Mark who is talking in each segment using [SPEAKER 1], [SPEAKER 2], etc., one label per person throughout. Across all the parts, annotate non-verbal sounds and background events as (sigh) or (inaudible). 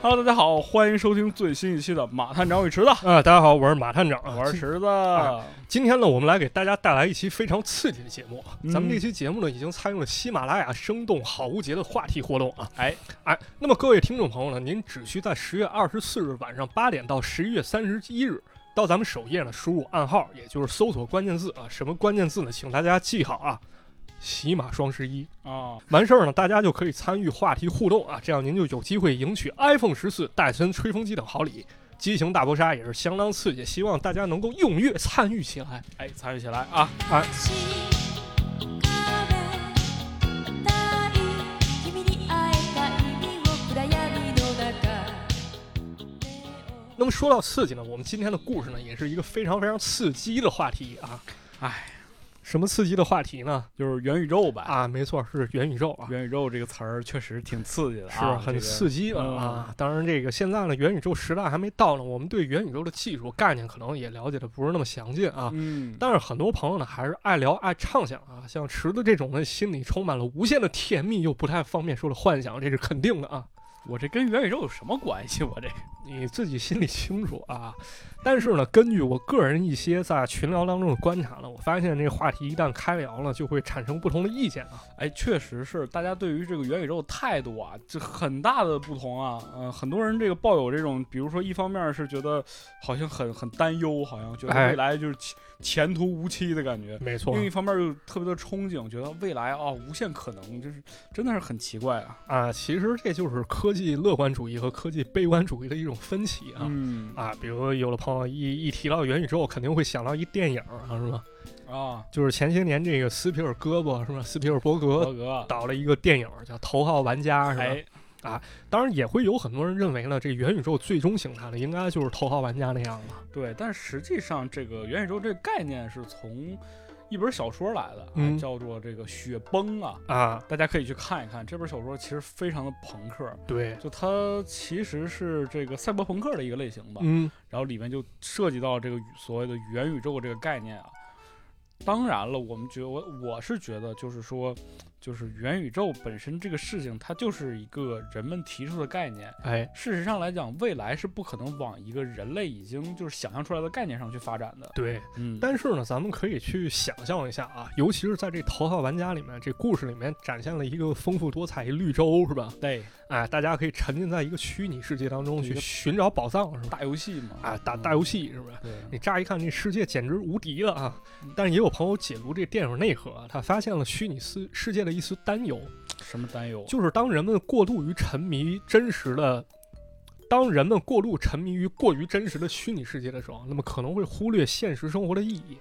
[SPEAKER 1] Hello，大家好，欢迎收听最新一期的《马探长与池子》，啊
[SPEAKER 2] 啊、大家好，我是马探长，啊
[SPEAKER 1] 我是
[SPEAKER 2] 今
[SPEAKER 1] 池子。
[SPEAKER 2] 今天呢，我们来给大家带来一期非常刺激的节目。
[SPEAKER 1] 嗯
[SPEAKER 2] 咱们这期节目呢，已经参与了喜马拉雅生动好物节的话题活动啊。
[SPEAKER 1] 哎
[SPEAKER 2] 哎，那么各位听众朋友呢，您只需在十月二十四日晚上八点到十一月三十一日。到咱们首页呢，输入暗号，也就是搜索关键字啊，什么关键字呢？请大家记好啊，喜马双十一。
[SPEAKER 1] 啊，
[SPEAKER 2] 完事儿呢，大家就可以参与话题互动啊，这样您就有机会赢取 iPhone 十四、戴森吹风机等好礼。激情大搏杀也是相当刺激，希望大家能够踊跃参与起来。
[SPEAKER 1] 哎，参与起来啊！
[SPEAKER 2] 那么说到刺激呢，我们今天的故事呢，也是一个非常非常刺激的话题啊。
[SPEAKER 1] 哎，
[SPEAKER 2] 什么刺激的话题呢？
[SPEAKER 1] 就是元宇宙吧，
[SPEAKER 2] 啊，没错，是元宇宙啊，
[SPEAKER 1] 元宇宙这个词儿确实挺刺激的
[SPEAKER 2] 是
[SPEAKER 1] 啊，
[SPEAKER 2] 很
[SPEAKER 1] 激。
[SPEAKER 2] 刺激的啊。当然，这个现在呢，元宇宙时代还没到呢，我们对元宇宙的技术概念可能也了解的不是那么详尽啊。
[SPEAKER 1] 嗯，
[SPEAKER 2] 但是很多朋友呢，还是爱聊爱畅想啊，像池子这种呢，心里充满了无限的甜蜜，又不太方便说的幻想，这是肯定的啊，
[SPEAKER 1] 我这跟元宇宙有什么关系？我这
[SPEAKER 2] 你自己心里清楚啊。但是呢，根据我个人一些在群聊当中的观察呢，我发现这个话题一旦开聊了，就会产生不同的意见啊。
[SPEAKER 1] 哎，确实是大家对于这个元宇宙的态度啊，这很大的不同啊。嗯、很多人这个抱有这种，比如说一方面是觉得好像很很担忧，好像觉得
[SPEAKER 2] 哎
[SPEAKER 1] 未来就是前前途无期的感觉。
[SPEAKER 2] 没错
[SPEAKER 1] 另一方面又特别的憧憬，觉得未来啊无限可能，就是真的是很奇怪啊。
[SPEAKER 2] 啊，其实这就是科技乐观主义和科技悲观主义的一种分歧啊。
[SPEAKER 1] 嗯
[SPEAKER 2] 啊，比如有的朋友一一提到元宇宙，肯定会想到一电影啊，是吧？
[SPEAKER 1] 啊，
[SPEAKER 2] 就是前些年这个斯皮尔胳膊是吧？斯皮尔伯格
[SPEAKER 1] 伯格，
[SPEAKER 2] 导了一个电影儿叫《头号玩家》，是吧？
[SPEAKER 1] 哎，
[SPEAKER 2] 当然也会有很多人认为呢，这元宇宙最终形态呢，应该就是《头号玩家》那样了。
[SPEAKER 1] 对，但实际上这个元宇宙这个概念是从一本小说来的，哎
[SPEAKER 2] 嗯
[SPEAKER 1] 叫做这个《雪崩》啊，
[SPEAKER 2] 啊，
[SPEAKER 1] 大家可以去看一看。这本小说其实非常的朋克，
[SPEAKER 2] 对，
[SPEAKER 1] 就它其实是这个赛博朋克的一个类型吧。
[SPEAKER 2] 嗯，
[SPEAKER 1] 然后里面就涉及到这个宇所谓的元宇宙这个概念啊。当然了，我们觉得我我是觉得就是说，就是元宇宙本身这个事情，它就是一个人们提出的概念。
[SPEAKER 2] 哎，
[SPEAKER 1] 事实上来讲，未来是不可能往一个人类已经就是想象出来的概念上去发展的。
[SPEAKER 2] 对。
[SPEAKER 1] 嗯，
[SPEAKER 2] 但是呢，咱们可以去想象一下啊，尤其是在这《头号玩家》里面，这故事里面展现了一个丰富多彩绿洲，是吧？
[SPEAKER 1] 对
[SPEAKER 2] 哎，大家可以沉浸在一个虚拟世界当中
[SPEAKER 1] 对一
[SPEAKER 2] 去
[SPEAKER 1] 个
[SPEAKER 2] 寻找宝藏，是吧？
[SPEAKER 1] 大游戏嘛，
[SPEAKER 2] 啊，打
[SPEAKER 1] 嗯
[SPEAKER 2] 打游戏是不是？
[SPEAKER 1] 对，
[SPEAKER 2] 你乍一看这世界简直无敌了啊
[SPEAKER 1] 嗯！
[SPEAKER 2] 但是也有朋友解读这电影内核啊，他发现了虚拟世世界的一丝担忧，
[SPEAKER 1] 什么担忧？啊
[SPEAKER 2] 就是当人们过度于沉迷真实的，当人们过度沉迷于过于真实的虚拟世界的时候，那么可能会忽略现实生活的意义。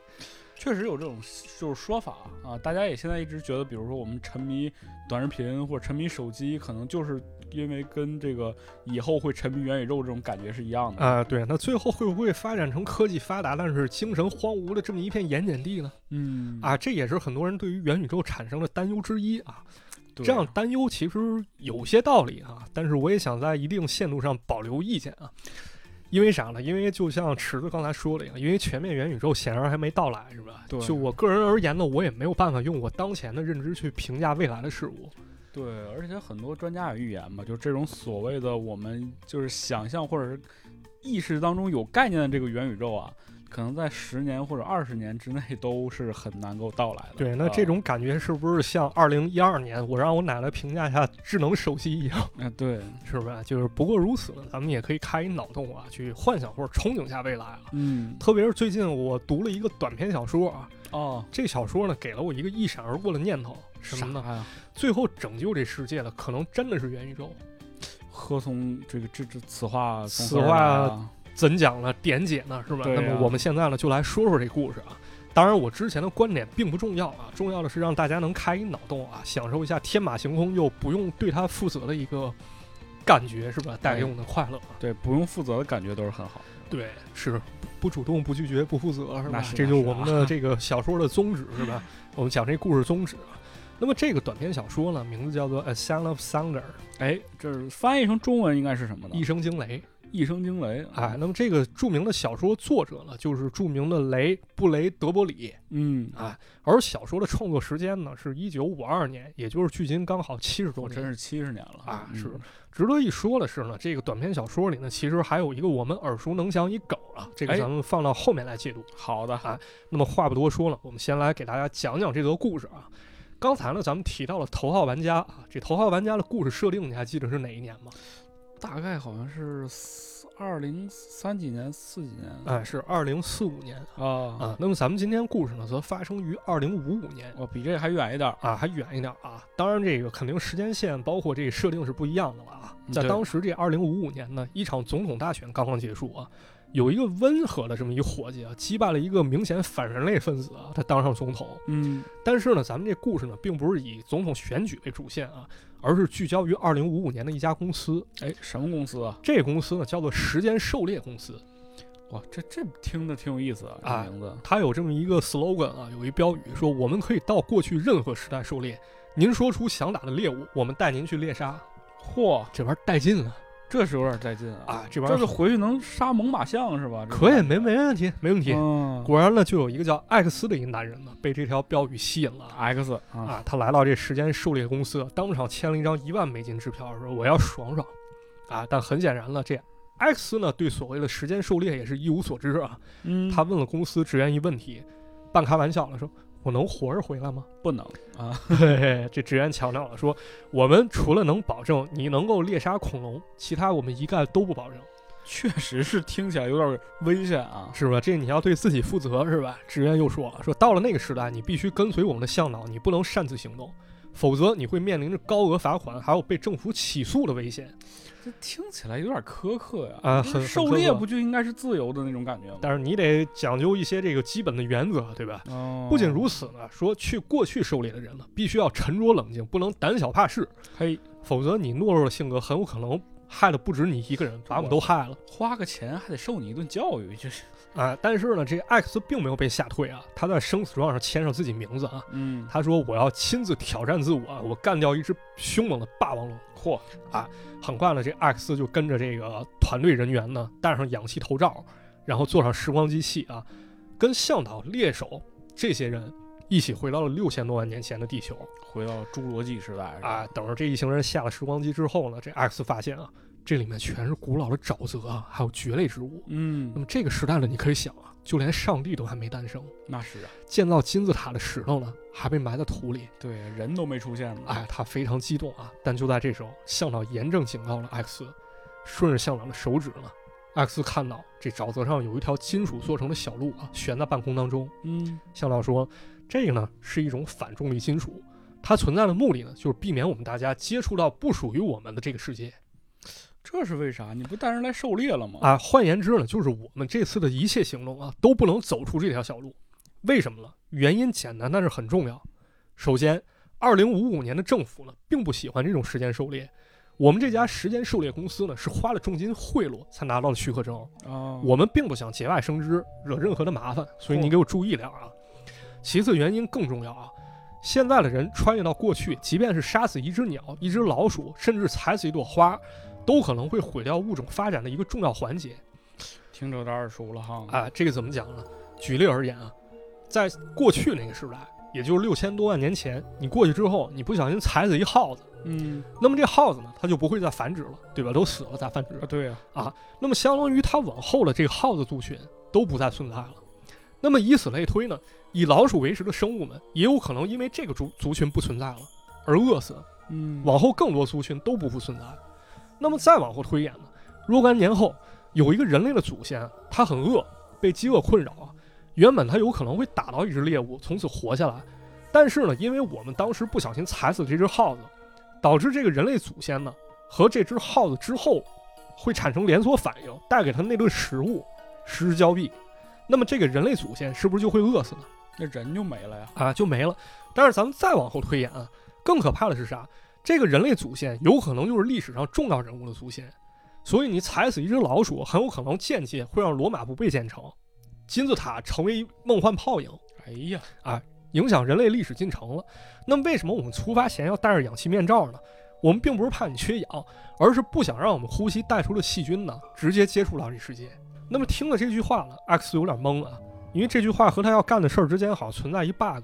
[SPEAKER 1] 确实有这种就是说法啊，大家也现在一直觉得，比如说我们沉迷短视频或者沉迷手机，可能就是因为跟这个以后会沉迷元宇宙这种感觉是一样的。
[SPEAKER 2] 啊、对，那最后会不会发展成科技发达但是精神荒芜的这么一片盐碱地呢？
[SPEAKER 1] 嗯
[SPEAKER 2] 啊，，这也是很多人对于元宇宙产生的担忧之一啊。
[SPEAKER 1] 对
[SPEAKER 2] 这样担忧其实有些道理啊，但是我也想在一定限度上保留意见啊。因为啥呢？因为就像池子刚才说了一样，因为全面元宇宙显然还没到来，是吧？
[SPEAKER 1] 对
[SPEAKER 2] 就我个人而言呢，我也没有办法用我当前的认知去评价未来的事物。
[SPEAKER 1] 对，而且很多专家也预言嘛，就是这种所谓的我们就是想象或者是意识当中有概念的这个元宇宙啊，可能在十年或者二十年之内都是很难够到来的。
[SPEAKER 2] 对，那
[SPEAKER 1] 啊
[SPEAKER 2] 这种感觉是不是像二零一二年我让我奶奶评价一下智能手机一样，
[SPEAKER 1] 嗯、对，
[SPEAKER 2] 是不是？ (laughs) 就是不过如此呢，咱们也可以开一脑洞啊，去幻想或者憧憬一下未来啊。
[SPEAKER 1] 嗯，
[SPEAKER 2] 特别是最近我读了一个短篇小说啊，
[SPEAKER 1] 哦，
[SPEAKER 2] 这小说呢，给了我一个一闪而过的念头，什么呢？
[SPEAKER 1] 呢？
[SPEAKER 2] 最后拯救这世界的，可能真的是元宇宙。
[SPEAKER 1] 何从这个这这此话从
[SPEAKER 2] 此
[SPEAKER 1] 何而
[SPEAKER 2] 话
[SPEAKER 1] 来啊
[SPEAKER 2] 怎讲呢？点解呢？是吧？
[SPEAKER 1] 对呀啊
[SPEAKER 2] 那么我们现在呢，就来说说这故事啊。当然，我之前的观点并不重要啊，重要的是让大家能开一脑洞啊，享受一下天马行空又不用对它负责的一个感觉，是吧？带给我们的快乐啊。
[SPEAKER 1] 对，不用负责的感觉都是很好的。
[SPEAKER 2] 对，是不主动、不拒绝、不负责，是吧？
[SPEAKER 1] 那是啊
[SPEAKER 2] 这
[SPEAKER 1] 那
[SPEAKER 2] 就是
[SPEAKER 1] 是
[SPEAKER 2] 我
[SPEAKER 1] (laughs)
[SPEAKER 2] 们的这个小说的宗旨，是吧？我们讲这故事宗旨啊。那么这个短篇小说呢，名字叫做《A
[SPEAKER 1] 哎
[SPEAKER 2] Sound of Thunder》，
[SPEAKER 1] 哎，这是翻译成中文应该是什么呢？
[SPEAKER 2] 一声惊雷。
[SPEAKER 1] 一声惊雷。啊
[SPEAKER 2] 哎，，那么这个著名的小说作者呢，就是著名的雷布雷德伯里。
[SPEAKER 1] 嗯，
[SPEAKER 2] 哎，而小说的创作时间呢，是一九五二年，也就是距今刚好七十多
[SPEAKER 1] 我
[SPEAKER 2] 年
[SPEAKER 1] 真。是七十年了
[SPEAKER 2] 啊
[SPEAKER 1] 嗯
[SPEAKER 2] 是值得一说的是呢，这个短篇小说里呢，其实还有一个我们耳熟能详一梗啊，这个
[SPEAKER 1] 哎
[SPEAKER 2] 咱们放到后面来解读。
[SPEAKER 1] 好的，
[SPEAKER 2] 那么话不多说了，我们先来给大家讲讲这则故事啊。刚才呢，咱们提到了《头号玩家》啊，这《头号玩家》的故事设定你还记得是哪一年吗？
[SPEAKER 1] 大概好像是二零三几年、四几年
[SPEAKER 2] 哎，是二零四五年
[SPEAKER 1] 啊，
[SPEAKER 2] 啊。那么咱们今天故事呢，则发生于二零五五年
[SPEAKER 1] 我比这还远一点儿。
[SPEAKER 2] 啊，还远一点啊。当然，这个肯定时间线包括这设定是不一样的了啊。
[SPEAKER 1] 嗯
[SPEAKER 2] 在
[SPEAKER 1] 对
[SPEAKER 2] 当时这二零五五年呢，一场总统大选刚刚结束啊，有一个温和的这么一伙计啊，击败了一个明显反人类分子啊，他当上总统。
[SPEAKER 1] 嗯，
[SPEAKER 2] 但是呢，咱们这故事呢，并不是以总统选举为主线啊，而是聚焦于二零五五年的一家公司。
[SPEAKER 1] 哎，什么公司啊？
[SPEAKER 2] 这公司呢，叫做时间狩猎公司。
[SPEAKER 1] 哇，这这听着挺有意思啊，
[SPEAKER 2] 啊
[SPEAKER 1] 这名字。
[SPEAKER 2] 它有这么一个 slogan 啊，有一标语说：“我们可以到过去任何时代狩猎，您说出想打的猎物，我们带您去猎杀。
[SPEAKER 1] 嚯”，
[SPEAKER 2] 这玩意儿带劲啊！
[SPEAKER 1] 这是有点带劲啊！
[SPEAKER 2] 啊，这玩意
[SPEAKER 1] 这是
[SPEAKER 2] 儿
[SPEAKER 1] 回去能杀猛犸象是吧？这
[SPEAKER 2] 可以，
[SPEAKER 1] 玩意
[SPEAKER 2] 没没问题，没问题。
[SPEAKER 1] 嗯
[SPEAKER 2] 果然呢，就有一个叫艾克斯的一个男人呢，被这条标语吸引了啊。
[SPEAKER 1] ，X 啊，
[SPEAKER 2] 啊，他来到这时间狩猎公司，当场签了一张一万美金支票，说我要爽爽，啊！但很显然了，这 X 呢对所谓的时间狩猎也是一无所知啊。
[SPEAKER 1] 嗯，
[SPEAKER 2] 他问了公司职员一问题，半开玩笑了说：“我能活着回来吗
[SPEAKER 1] 不能啊，？”
[SPEAKER 2] 嘿嘿，这职员强调了说：“我们除了能保证你能够猎杀恐龙，其他我们一概都不保证，
[SPEAKER 1] 确实是听起来有点危险啊。
[SPEAKER 2] 是吧？这你要对自己负责，是吧？”职员又说了：“说到了那个时代，你必须跟随我们的向导，你不能擅自行动。”否则你会面临着高额罚款，还有被政府起诉的危险。
[SPEAKER 1] 这听起来有点苛刻呀
[SPEAKER 2] 啊
[SPEAKER 1] 不是
[SPEAKER 2] 很很
[SPEAKER 1] 狩
[SPEAKER 2] 苛
[SPEAKER 1] 猎
[SPEAKER 2] 刻
[SPEAKER 1] 不就应该是自由的那种感觉吗？
[SPEAKER 2] 但是你得讲究一些这个基本的原则，对吧？
[SPEAKER 1] 哦
[SPEAKER 2] 不仅如此呢，说去过去狩猎的人呢，必须要沉着冷静，不能胆小怕事，
[SPEAKER 1] 嘿，
[SPEAKER 2] 否则你懦弱的性格很有可能害的不止你一个人，把我们都害了
[SPEAKER 1] 花个钱还得受你一顿教育，这是，
[SPEAKER 2] 啊！但是呢，这 X 并没有被吓退啊，他在生死状上签上自己名字啊，
[SPEAKER 1] 嗯，
[SPEAKER 2] 他说我要亲自挑战自我，我干掉一只凶猛的霸王龙。
[SPEAKER 1] (laughs) 嚯，
[SPEAKER 2] 很快呢，这 X 就跟着这个团队人员呢，戴上氧气头罩，然后坐上时光机器啊，跟向导、猎手这些人一起回到了六千多万年前的地球
[SPEAKER 1] 回到侏罗纪时代是吧
[SPEAKER 2] 啊。等着这一行人下了时光机之后呢，这 X 发现啊，这里面全是古老的沼泽啊，还有蕨类植物。那
[SPEAKER 1] 嗯，
[SPEAKER 2] 么这个时代呢，你可以想啊，就连上帝都还没诞生，
[SPEAKER 1] 那是啊，
[SPEAKER 2] 建造金字塔的石头呢，还被埋在土里。
[SPEAKER 1] 对，人都没出现呢，
[SPEAKER 2] 哎，，他非常激动啊！但就在这时候，向导严正警告了 X，顺着向导的手指呢，X 看到这沼泽上有一条金属做成的小路啊，悬在半空当中。
[SPEAKER 1] 嗯，
[SPEAKER 2] 向导说，这个呢是一种反重力金属，它存在的目的呢就是避免我们大家接触到不属于我们的这个世界
[SPEAKER 1] 这是为啥？你不带人来狩猎了吗？
[SPEAKER 2] 啊。换言之呢，就是我们这次的一切行动啊都不能走出这条小路。为什么呢？原因简单，但是很重要。首先，二零五五年的政府呢，并不喜欢这种时间狩猎。我们这家时间狩猎公司呢，是花了重金贿赂才拿到了许可证。
[SPEAKER 1] 啊，
[SPEAKER 2] 我们并不想节外生枝，惹任何的麻烦，所以你给我注意点啊。其次，原因更重要啊。现在的人穿越到过去，即便是杀死一只鸟、一只老鼠，甚至踩死一朵花，都可能会毁掉物种发展的一个重要环节。
[SPEAKER 1] 听着有点耳熟了哈，
[SPEAKER 2] 啊，这个怎么讲呢？举例而言啊，在过去那个时代，也就是六千多万年前，你过去之后，你不小心踩死一耗子，
[SPEAKER 1] 嗯，
[SPEAKER 2] 那么这耗子呢，它就不会再繁殖了，对吧？都死了再繁殖
[SPEAKER 1] 啊，。对呀，
[SPEAKER 2] 那么相当于它往后的这个耗子族群都不再存在了。那么以此类推呢，以老鼠为食的生物们也有可能因为这个族族群不存在了而饿死，
[SPEAKER 1] 嗯，
[SPEAKER 2] 往后更多族群都不复存在。那么再往后推演呢，若干年后，有一个人类的祖先，他很饿，被饥饿困扰啊。原本他有可能会打到一只猎物，从此活下来，但是呢，因为我们当时不小心踩死这只耗子，导致这个人类祖先呢和这只耗子之后会产生连锁反应，带给他那顿食物失之交臂。那么这个人类祖先是不是就会饿死呢？
[SPEAKER 1] 那人就没了呀，
[SPEAKER 2] 啊就没了。但是咱们再往后推演啊，更可怕的是啥？这个人类祖先有可能就是历史上重要人物的祖先，所以你踩死一只老鼠，很有可能间接会让罗马不被建成，金字塔成为梦幻泡影，
[SPEAKER 1] 哎呀，
[SPEAKER 2] 影响人类历史进程了。那么为什么我们出发前要戴着氧气面罩呢？我们并不是怕你缺氧，而是不想让我们呼吸带出了细菌呢，直接接触到这世界。那么听了这句话了，X 有点懵啊，因为这句话和他要干的事儿之间好像存在一 bug。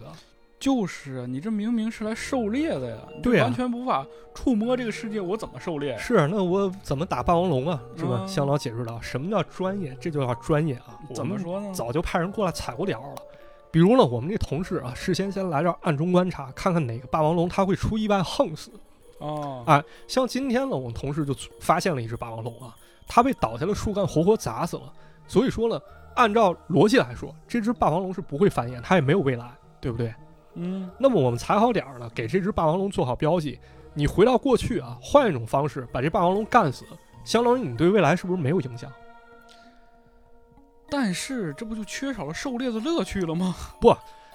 [SPEAKER 1] 就是啊你这明明是来狩猎的呀，你
[SPEAKER 2] 对呀
[SPEAKER 1] 完全无法触摸这个世界，我怎么狩猎呀？
[SPEAKER 2] 是，那我怎么打霸王龙啊？是吧？
[SPEAKER 1] 嗯
[SPEAKER 2] 向老解释到，什么叫专业？这就叫专业啊！
[SPEAKER 1] 怎么？说呢？
[SPEAKER 2] 早就派人过来踩过点儿了。比如呢，我们这同事啊，事先先来这儿暗中观察，看看哪个霸王龙它会出意外横死。
[SPEAKER 1] 哦
[SPEAKER 2] 啊像今天呢，我们同事就发现了一只霸王龙啊，它被倒下的树干活活砸死了。所以说呢，按照逻辑来说，这只霸王龙是不会繁衍，它也没有未来，对不对？
[SPEAKER 1] 嗯，
[SPEAKER 2] 那么我们踩好点儿呢，给这只霸王龙做好标记。你回到过去啊，换一种方式把这霸王龙干死，相当于你对未来是不是没有影响？
[SPEAKER 1] 但是这不就缺少了狩猎的乐趣了吗？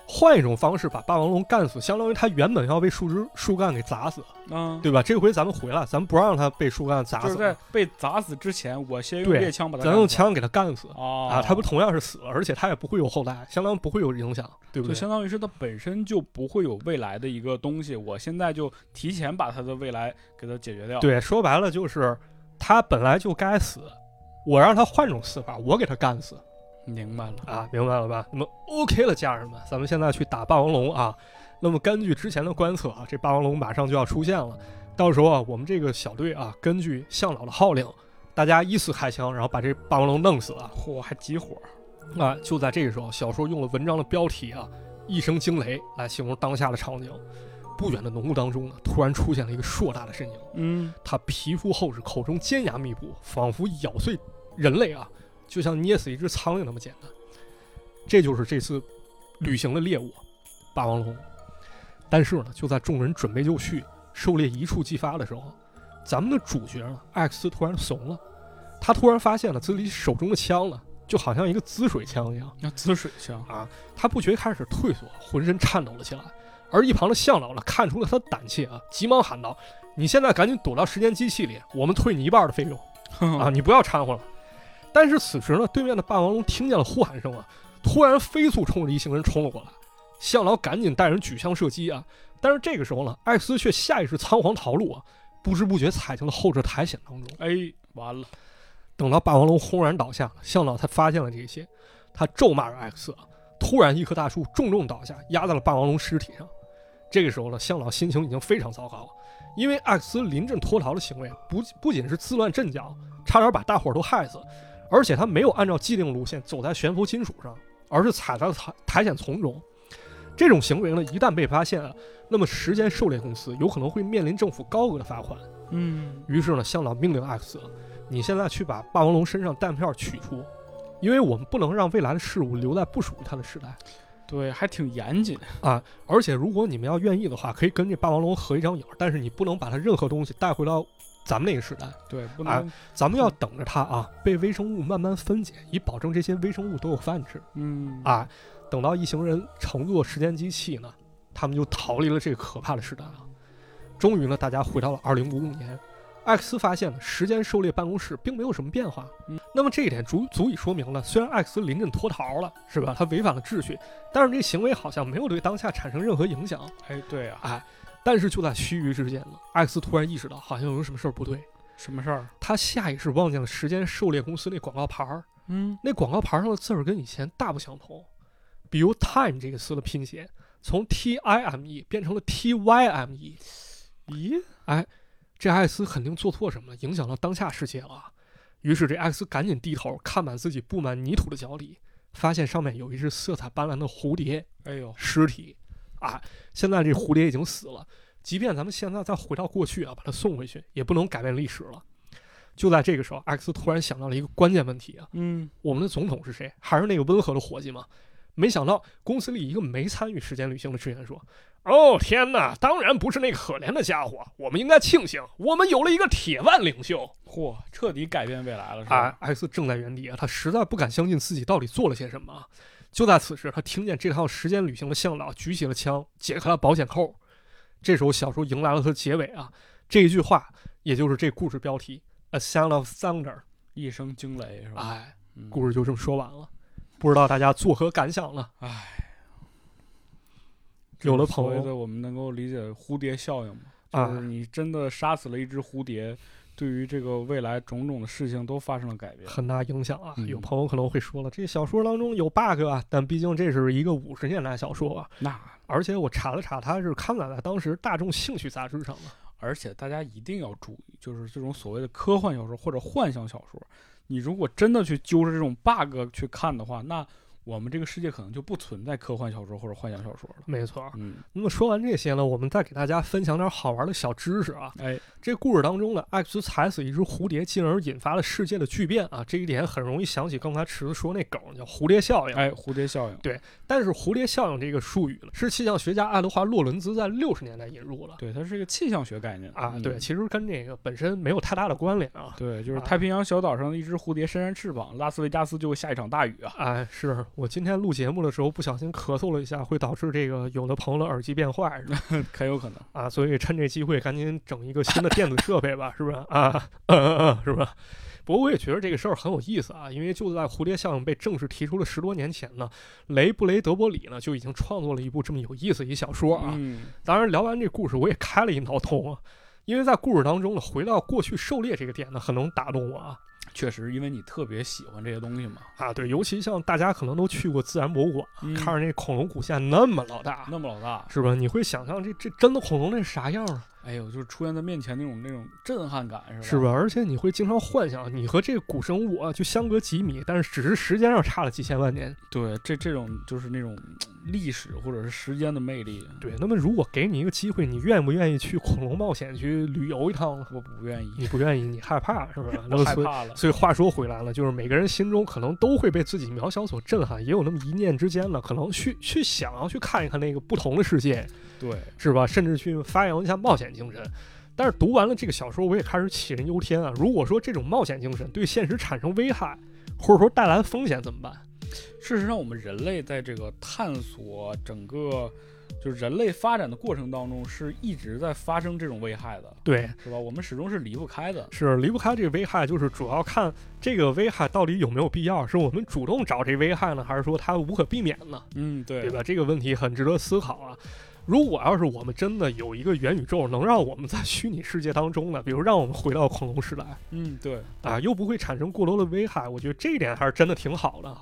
[SPEAKER 2] 换一种方式把霸王龙干死，相当于它原本要被树枝树干给砸死，
[SPEAKER 1] 啊，
[SPEAKER 2] 对吧？这回咱们回来，咱们不让它被树干砸
[SPEAKER 1] 就是
[SPEAKER 2] 死，
[SPEAKER 1] 在被砸死之前，我先用
[SPEAKER 2] 对
[SPEAKER 1] 猎枪把它
[SPEAKER 2] 咱
[SPEAKER 1] 干
[SPEAKER 2] 用
[SPEAKER 1] 死
[SPEAKER 2] 枪给它干死
[SPEAKER 1] 哦
[SPEAKER 2] 啊，它不同样是死了，而且它也不会有后代，相当于不会有影响，对不
[SPEAKER 1] 就
[SPEAKER 2] 对？
[SPEAKER 1] 相当于是它本身就不会有未来的一个东西，我现在就提前把它的未来给它解决掉。，
[SPEAKER 2] 对，说白了就是它本来就该死，我让它换种死法，我给它干死。
[SPEAKER 1] 明白了。
[SPEAKER 2] 啊，明白了吧？那么 OK 了，家人们，咱们现在去打霸王龙啊。那么根据之前的观测啊，这霸王龙马上就要出现了。到时候啊，我们这个小队啊，根据向导的号令，大家依次开枪，然后把这霸王龙弄死了。
[SPEAKER 1] 嚯，还集火！
[SPEAKER 2] 啊，就在这个时候，小说用了文章的标题啊，“一声惊雷”来形容当下的场景。不远的浓雾当中呢，突然出现了一个硕大的身影，
[SPEAKER 1] 嗯，
[SPEAKER 2] 他皮肤厚实，口中尖牙密布，仿佛咬碎人类啊，就像捏死一只苍蝇那么简单。这就是这次旅行的猎物——霸王龙。但是呢，就在众人准备就绪，狩猎一触即发的时候，咱们的主角呢，艾克斯突然怂了，他突然发现了自己手中的枪呢，就好像一个滋水枪一样。
[SPEAKER 1] 那滋水枪，
[SPEAKER 2] 他不觉开始退缩，浑身颤抖了起来。而一旁的向导呢，看出了他的胆怯啊，急忙喊道：“你现在赶紧躲到时间机器里，我们退你一半的费用
[SPEAKER 1] 嗯
[SPEAKER 2] 啊！你不要掺和了。”但是此时呢，对面的霸王龙听见了呼喊声啊，突然飞速冲着一行人冲了过来。向导赶紧带人举枪射击啊，但是这个时候呢，艾克斯却下意识仓皇逃路啊，不知不觉踩进了后置苔藓当中。
[SPEAKER 1] (laughs) 哎，完了，
[SPEAKER 2] 等到霸王龙轰然倒下，向导才发现了这些，他咒骂着 X 啊！突然，一棵大树重重倒下，压在了霸王龙尸体上。这个时候呢，向导心情已经非常糟糕了，因为 X 临阵脱逃的行为啊不不仅是自乱阵脚，差点把大伙儿都害死，而且他没有按照既定路线走在悬浮金属上，而是踩在了苔苔藓丛中。这种行为呢，一旦被发现啊，那么时间狩猎公司有可能会面临政府高额的罚款。
[SPEAKER 1] 嗯，
[SPEAKER 2] 于是呢，向导命令 X，你现在去把霸王龙身上弹票取出，因为我们不能让未来的事物留在不属于它的时代。
[SPEAKER 1] 对，还挺严谨。
[SPEAKER 2] 而且，如果你们要愿意的话，可以跟这霸王龙合一张影儿，但是你不能把它任何东西带回到咱们那个时代。
[SPEAKER 1] 对，不
[SPEAKER 2] 啊
[SPEAKER 1] 能，
[SPEAKER 2] 咱们要等着它啊，被微生物慢慢分解，以保证这些微生物都有饭吃
[SPEAKER 1] 嗯，
[SPEAKER 2] 啊。等到一行人乘坐时间机器呢，他们就逃离了这个可怕的时代啊。终于呢，大家回到了二零五五年。艾克斯发现了时间狩猎办公室并没有什么变化，
[SPEAKER 1] 嗯
[SPEAKER 2] 那么这一点足足以说明了，虽然艾克斯临阵脱逃了，是吧？他违反了秩序，但是这行为好像没有对当下产生任何影响。
[SPEAKER 1] 哎，对啊，
[SPEAKER 2] 但是就在须臾之间呢，艾克斯突然意识到好像有什么事儿不对，
[SPEAKER 1] 什么事儿？
[SPEAKER 2] 他下意识望见了时间狩猎公司那广告牌儿，
[SPEAKER 1] 嗯，
[SPEAKER 2] 那广告牌上的字儿跟以前大不相同，比如 time 这个词的拼写从 t i m e 变成了 t y m e，哎
[SPEAKER 1] 咦，
[SPEAKER 2] 这艾斯肯定做错什么了，影响到当下世界了。于是这艾斯赶紧低头看满自己布满泥土的脚底，发现上面有一只色彩斑斓的蝴蝶
[SPEAKER 1] 哎呦，
[SPEAKER 2] 尸体。啊，现在这蝴蝶已经死了，即便咱们现在再回到过去啊，把它送回去，也不能改变历史了。就在这个时候，艾斯突然想到了一个关键问题啊。
[SPEAKER 1] 嗯，
[SPEAKER 2] 我们的总统是谁？还是那个温和的伙计吗？没想到公司里一个没参与时间旅行的职员说：“哦天哪，当然不是那个可怜的家伙，我们应该庆幸我们有了一个铁腕领袖。
[SPEAKER 1] 嚯，彻底改变未来了，是”吧？
[SPEAKER 2] 啊，X 正在原地啊，他实在不敢相信自己到底做了些什么啊。就在此时，他听见这趟时间旅行的向导举起了枪，解开了保险扣。这时候，小说迎来了它的结尾啊，这一句话，也就是这故事标题《A Sound of Thunder》。
[SPEAKER 1] 一声惊雷，是吧？
[SPEAKER 2] 哎，
[SPEAKER 1] 嗯
[SPEAKER 2] 故事就这么说完了，不知道大家作何感想呢？
[SPEAKER 1] 唉，
[SPEAKER 2] 有了
[SPEAKER 1] 这是所
[SPEAKER 2] 朋友
[SPEAKER 1] 谓的我们能够理解蝴蝶效应吗？就
[SPEAKER 2] 啊
[SPEAKER 1] 是你真的杀死了一只蝴蝶，对于这个未来种种的事情都发生了改变。
[SPEAKER 2] 很大影响啊。
[SPEAKER 1] 嗯
[SPEAKER 2] 有朋友可能会说了，这小说当中有 bug 啊，但毕竟这是一个五十年代小说啊，
[SPEAKER 1] 那
[SPEAKER 2] 而且我查了查，它是刊载在当时大众兴趣杂志上的。
[SPEAKER 1] 而且大家一定要注意，就是这种所谓的科幻小说或者幻想小说，你如果真的去揪着这种 bug 去看的话，那我们这个世界可能就不存在科幻小说或者幻想小说了。
[SPEAKER 2] 没错儿。
[SPEAKER 1] 嗯，
[SPEAKER 2] 那么说完这些呢，我们再给大家分享点好玩的小知识啊。
[SPEAKER 1] 哎，
[SPEAKER 2] 这故事当中呢，艾克斯踩死一只蝴蝶，进而引发了世界的巨变啊。这一点很容易想起刚才池子说那梗儿叫蝴蝶效应。啊
[SPEAKER 1] 哎，蝴蝶效应，
[SPEAKER 2] 但是蝴蝶效应这个术语呢，是气象学家爱德华·洛伦兹在六十年代引入了
[SPEAKER 1] 对，它是一个气象学概念
[SPEAKER 2] 啊。
[SPEAKER 1] 嗯
[SPEAKER 2] 对，其实跟这个本身没有太大的关联啊。
[SPEAKER 1] 对，就是
[SPEAKER 2] 啊
[SPEAKER 1] 太平洋小岛上的一只蝴蝶伸展翅膀，拉斯维加斯就会下一场大雨啊。 (laughs)
[SPEAKER 2] 哎，是我今天录节目的时候不小心咳嗽了一下，会导致这个有的朋友的耳机变坏是吧？
[SPEAKER 1] 很有可能。
[SPEAKER 2] 啊，所以趁这机会赶紧整一个新的电子设备吧，是不是啊？嗯嗯嗯，是不是？不过我也觉得这个事儿很有意思啊，因为就在蝴蝶效应被正式提出了十多年前呢，雷布雷德伯里呢就已经创作了一部这么有意思一小说啊。
[SPEAKER 1] 嗯，
[SPEAKER 2] 当然，聊完这故事，我也开了一脑洞啊，因为在故事当中呢，回到过去狩猎这个点呢，很能打动我啊。
[SPEAKER 1] 确实，因为你特别喜欢这些东西嘛，
[SPEAKER 2] 啊，对，尤其像大家可能都去过自然博物馆，
[SPEAKER 1] 嗯
[SPEAKER 2] 看着那恐龙骨架那么老大，
[SPEAKER 1] 那么老大，
[SPEAKER 2] 是吧？你会想象这这真的恐龙那是啥样啊？
[SPEAKER 1] 哎呦，就是出现在面前那种那种震撼感，是吧？
[SPEAKER 2] 是吧？而且你会经常幻想，你和这个古生物啊，就相隔几米，但是只是时间上差了几千万年。
[SPEAKER 1] 对，这这种就是那种嗯历史或者是时间的魅力，
[SPEAKER 2] 对，那么如果给你一个机会，你愿不愿意去恐龙冒险去旅游一趟呢？
[SPEAKER 1] 我不愿 (laughs) 意，
[SPEAKER 2] 你不愿意，你害怕
[SPEAKER 1] (laughs)
[SPEAKER 2] 是不是？那
[SPEAKER 1] 我
[SPEAKER 2] 么
[SPEAKER 1] 害
[SPEAKER 2] 所以，
[SPEAKER 1] 怕了。
[SPEAKER 2] 所以话说回来了，就是每个人心中可能都会被自己渺小所震撼，也有那么一念之间呢，可能去去想要去看一看那个不同的世界，
[SPEAKER 1] 对，
[SPEAKER 2] 是吧？甚至去发扬一下冒险精神。但是读完了这个小说，我也开始杞人忧天啊！如果说这种冒险精神对现实产生危害，或者说带来风险怎么办？
[SPEAKER 1] 事实上，我们人类在这个探索整个就是人类发展的过程当中，是一直在发生这种危害的，
[SPEAKER 2] 对，
[SPEAKER 1] 是吧？我们始终是离不开的。
[SPEAKER 2] 是离不开这个危害，就是主要看这个危害到底有没有必要，是我们主动找这危害呢，还是说它无可避免呢？
[SPEAKER 1] 嗯，
[SPEAKER 2] 对
[SPEAKER 1] 对，
[SPEAKER 2] 吧？这个问题很值得思考啊。如果要是我们真的有一个元宇宙，能让我们在虚拟世界当中呢，比如让我们回到恐龙时代
[SPEAKER 1] 嗯，对。
[SPEAKER 2] 啊，又不会产生过多的危害，我觉得这一点还是真的挺好的。啊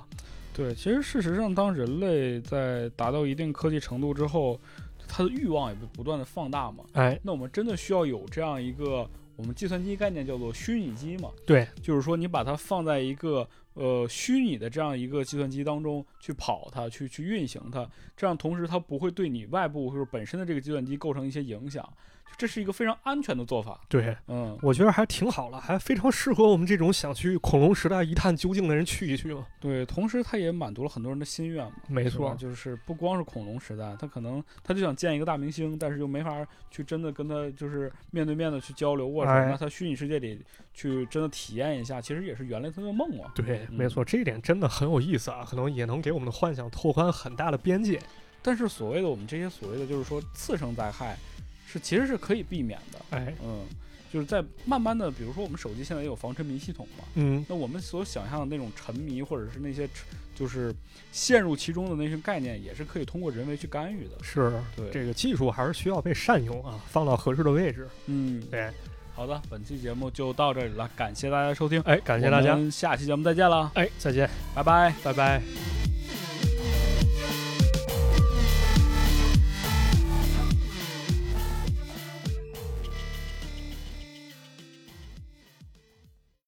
[SPEAKER 1] 对，其实事实上，当人类在达到一定科技程度之后，它的欲望也被不断的放大嘛。
[SPEAKER 2] 哎，
[SPEAKER 1] 那我们真的需要有这样一个我们计算机概念叫做虚拟机嘛？
[SPEAKER 2] 对，
[SPEAKER 1] 就是说你把它放在一个呃虚拟的这样一个计算机当中去跑它，去去运行它，这样同时它不会对你外部就是本身的这个计算机构成一些影响，就这是一个非常安全的做法。
[SPEAKER 2] 对，
[SPEAKER 1] 嗯，
[SPEAKER 2] 我觉得还挺好了，还非常适合我们这种想去恐龙时代一探究竟的人去一去嘛。
[SPEAKER 1] 对，同时它也满足了很多人的心愿嘛。
[SPEAKER 2] 没
[SPEAKER 1] 是吧，就是不光是恐龙时代，他可能他就想见一个大明星，但是又没法去真的跟他就是面对面的去交流握手，
[SPEAKER 2] 哎
[SPEAKER 1] 那他虚拟世界里去真的体验一下，其实也是圆了他的梦啊。
[SPEAKER 2] 对，
[SPEAKER 1] 嗯
[SPEAKER 2] 没错，这一点真的很有意思啊，可能也能给我们的幻想拓宽很大的边界。
[SPEAKER 1] 但是所谓的我们这些所谓的就是说次生灾害，是其实是可以避免的，
[SPEAKER 2] 哎，
[SPEAKER 1] 嗯，就是在慢慢的，比如说我们手机现在也有防沉迷系统嘛，
[SPEAKER 2] 嗯，
[SPEAKER 1] 那我们所想象的那种沉迷或者是那些就是陷入其中的那些概念，也是可以通过人为去干预的。
[SPEAKER 2] 是
[SPEAKER 1] 对，
[SPEAKER 2] 这个技术还是需要被善用啊，放到合适的位置。
[SPEAKER 1] 嗯，
[SPEAKER 2] 对，
[SPEAKER 1] 好的，本期节目就到这里了，感谢大家收听，
[SPEAKER 2] 哎，感谢大家
[SPEAKER 1] 我，们下期节目再见了，
[SPEAKER 2] 哎，再见，
[SPEAKER 1] 拜拜。
[SPEAKER 2] 拜拜。